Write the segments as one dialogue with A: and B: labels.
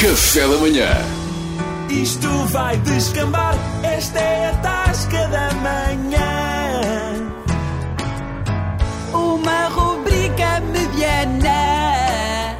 A: Café da manhã.
B: Isto vai descambar, esta é a tasca da manhã.
C: Uma rubrica mediana.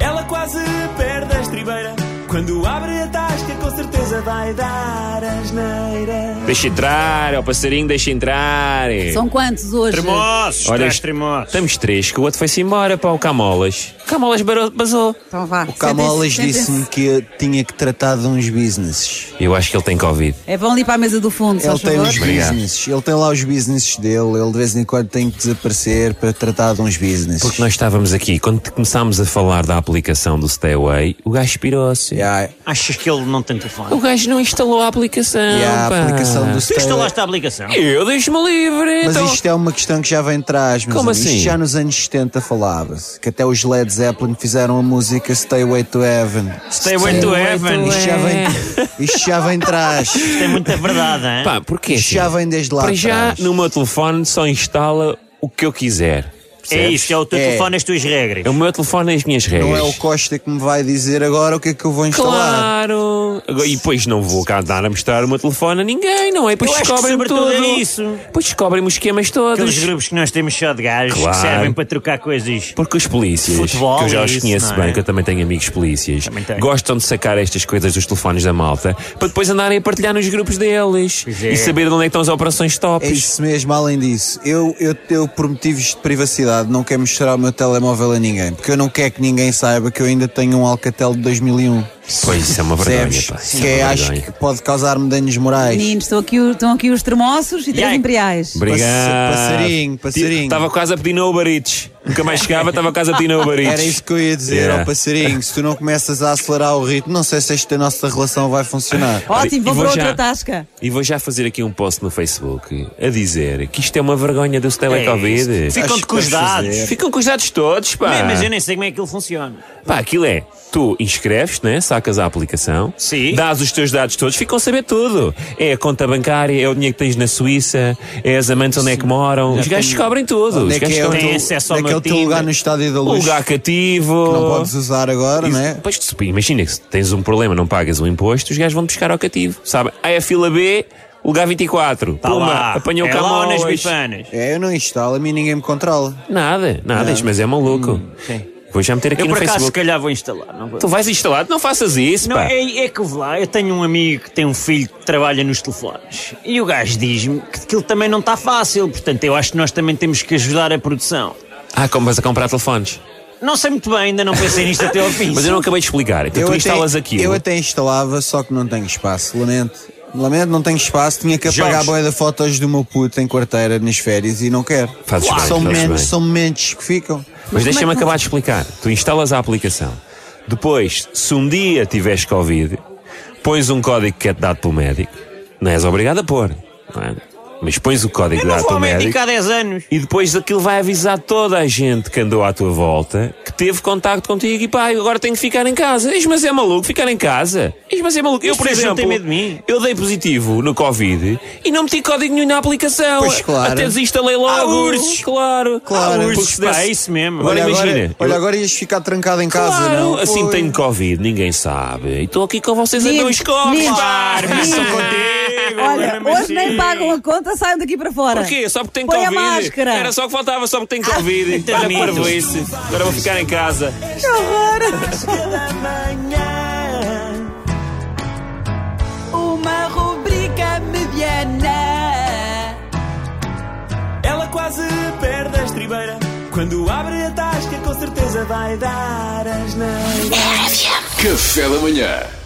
B: Ela quase perde a estribeira. Quando abre a tasca, com certeza vai dar asneira.
D: Deixa entrar, ó passarinho, deixa entrar.
E: É.
C: São quantos hoje?
F: Tremosos,
D: Olha,
F: três tremosos.
D: Estamos três, que o outro foi-se embora para o Camolas. Camolas barou- basou.
C: Então vá.
E: O Camolas disse-me que eu tinha que tratar de uns businesses.
D: Eu acho que ele tem Covid.
C: É, vão ali para a mesa do fundo, só
E: Ele tem
C: favor.
E: uns businesses. Ele tem lá os businesses dele. Ele de vez em quando tem que desaparecer para tratar de uns businesses.
D: Porque nós estávamos aqui, quando começámos a falar da aplicação do Stay Away, o gajo pirou-se.
E: Yeah.
F: Achas que ele não tem telefone?
D: O gajo não instalou a aplicação.
E: E há
D: pá.
E: a aplicação do
F: Tu
E: Stay Away.
F: instalaste a aplicação?
D: Eu deixo-me livre.
E: Mas
D: então.
E: isto é uma questão que já vem de trás, meus
D: Como
E: amigos.
D: assim?
E: Isto já nos anos 70 falava-se. Que até os Led Zeppelin fizeram a música Stay Away to Heaven.
F: Stay away to heaven.
E: Isto já
D: É.
E: vem, isto já vem de trás.
F: Isto é muita verdade, hein?
D: Pá, porque
E: Isto
D: assim,
E: já vem desde lá
D: Para
E: de
D: assim. já,
E: trás.
D: no meu telefone só instala o que eu quiser.
F: é
D: percebes?
F: isso, é o teu
E: É.
F: telefone, as tuas regras.
D: É o meu telefone e as minhas regras.
E: Não é o Costa que me vai dizer agora o que é que eu vou instalar.
D: Claro! Agora- E depois não vou cá andar a mostrar o meu telefone a ninguém, não é? Depois
F: Eu acho que
D: descobrem
F: sobretudo
D: tudo.
F: é isso.
D: Depois descobrem-me os esquemas todos.
F: Aqueles grupos que nós temos só de gajos
D: Claro.
F: que servem para trocar coisas.
D: Porque os polícias,
F: Futebol,
D: que eu já os
F: isso,
D: conheço
F: não é?
D: bem, que eu também tenho amigos polícias,
F: Também tenho.
D: gostam de sacar estas coisas dos telefones da malta para depois andarem a partilhar nos grupos deles
F: Pois é.
D: e saber de onde é que estão as operações
E: É
D: tops.
E: isso mesmo, além disso, eu, eu, eu por motivos de privacidade não quero mostrar o meu telemóvel a ninguém, porque eu não quero que ninguém saiba que eu ainda tenho um Alcatel de 2001.
D: Pois isso é uma vergonha,
E: Percebes?
D: pá. Isso
E: Que
D: é
E: é,
D: uma
E: acho
D: vergonha.
E: que pode causar-me danos morais.
C: Meninos, estão aqui, o- estão aqui os tremoços e três
F: Yikes.
C: imperiais.
D: Obrigado.
E: passarinho, passarinho.
D: Estava quase a pedir no Uber Eats. Nunca mais chegava, estava quase a pedir no Uber Eats.
E: Era isso que eu ia dizer
D: Yeah.
E: ao passarinho. Se tu não começas a acelerar o ritmo, não sei se esta nossa relação vai funcionar.
C: Ótimo,
D: E
C: vou
D: vou
C: para
D: já.
C: outra tasca.
D: E vou já fazer aqui um post no Facebook a dizer que isto é uma vergonha do
F: É
D: Stella
F: isso.
D: Covid.
F: Ficam de
E: que vais
F: cuidados.
E: fazer.
D: Ficam com os dados todos, pá.
F: Bem, Mas eu nem sei como é que aquilo funciona.
D: Pá, aquilo é. Tu inscreves, né? Sacas a aplicação,
F: Sim.
D: dás os teus dados todos, ficam a saber tudo. É a conta bancária, é o dinheiro que tens na Suíça, é as amantes onde é que moram. os gajos descobrem tudo.
E: Onde
D: Os
E: é que
D: gajos
E: é o
F: têm
E: teu-
F: acesso ao
E: onde é que é
F: meu
E: o teu
F: Tinder?
E: lugar no estádio da
D: o
E: luz?
D: lugar cativo.
E: Não podes usar agora, não é?
D: Pois, tu- imagina que se tens um problema, não pagas o imposto, os gajos vão buscar ao cativo. Sabe? Aí a fila B, lugar 24.
F: Tá
D: Puma,
F: lá.
D: apanhou
F: é lá
D: camolas.
F: nas bifanas.
E: É, eu não instalo, a mim ninguém me controla.
D: Nada, nada, isto, mas é maluco. Vou já meter aqui
F: Hum, Eu
D: no
F: por acaso se
D: Facebook.
F: calhar vou instalar. Não vou.
D: Tu vais instalar, não faças isso,
F: Não,
D: pá.
F: é, é que eu vou lá, eu tenho um amigo que tem um filho que trabalha nos telefones e o gajo diz-me que aquilo também não está fácil, portanto eu acho que nós também temos que ajudar a produção.
D: Ah, como vais a comprar telefones?
F: Não sei muito bem, ainda não pensei nisto até ao fim.
D: Mas eu não acabei de explicar. Então tu instalas aquilo.
E: Eu até instalava, só que não tenho espaço, lamento. Lamento, não tenho espaço, tinha que
F: Jorge.
E: apagar a boia de fotos do meu puto em quarteira nas férias e não quero.
D: Fazes bem,
E: são,
D: fazes
E: momentos,
D: bem.
E: são momentos que ficam.
D: Mas deixa-me
C: é que-
D: acabar de explicar. Tu instalas a aplicação. Depois, se um dia tiveres Covid, pões um código que é dado pelo médico. Não és obrigado a pôr. não é? Mas pões o código
F: Eu não
D: dado
F: vou
D: pelo
F: ao médico
D: médico.
F: há 10 anos.
D: E depois daquilo vai avisar toda a gente que andou à tua volta que teve contacto contigo e pá, eu agora tenho que ficar em casa. Diz, mas é maluco ficar em casa. Diz, mas é maluco. Eu,
F: Este
D: por
F: gajo não
D: exemplo,
F: tem medo de mim.
D: eu dei positivo no Covid e não meti código nenhum na aplicação.
E: Pois, claro.
D: Até desinstalei logo.
F: Há ursos.
D: Claro.
E: Claro.
D: Há
E: Ursos,
D: Porque se
F: Pá,
D: desse-
F: é isso mesmo.
D: Agora
E: olha,
D: imagina.
E: Agora, olha, agora ias ficar trancado em casa,
D: Claro,
E: não?
D: assim
E: Foi.
D: tenho Covid, ninguém sabe. E estou aqui com vocês a
C: Nin-
D: dois copos.
C: nin-
D: pá.
C: nin-
F: Isso contigo,
C: Olha,
F: lembra-me
C: hoje nem
F: assim.
C: pagam a conta, saiam daqui para fora.
D: Porquê? Só porque tem
C: Põe a
D: Covid.
C: máscara.
D: Era só o que faltava, só porque tem Covid.
F: Ah,
D: Olha,
F: termino.
D: para isso. Agora vou ficar em casa.
C: Que horror!
B: Tasca da manhã.
C: Uma rubrica mediana.
B: Ela quase perde a estribeira. Quando abre a tasca, com certeza vai dar asneira.
A: Café da manhã.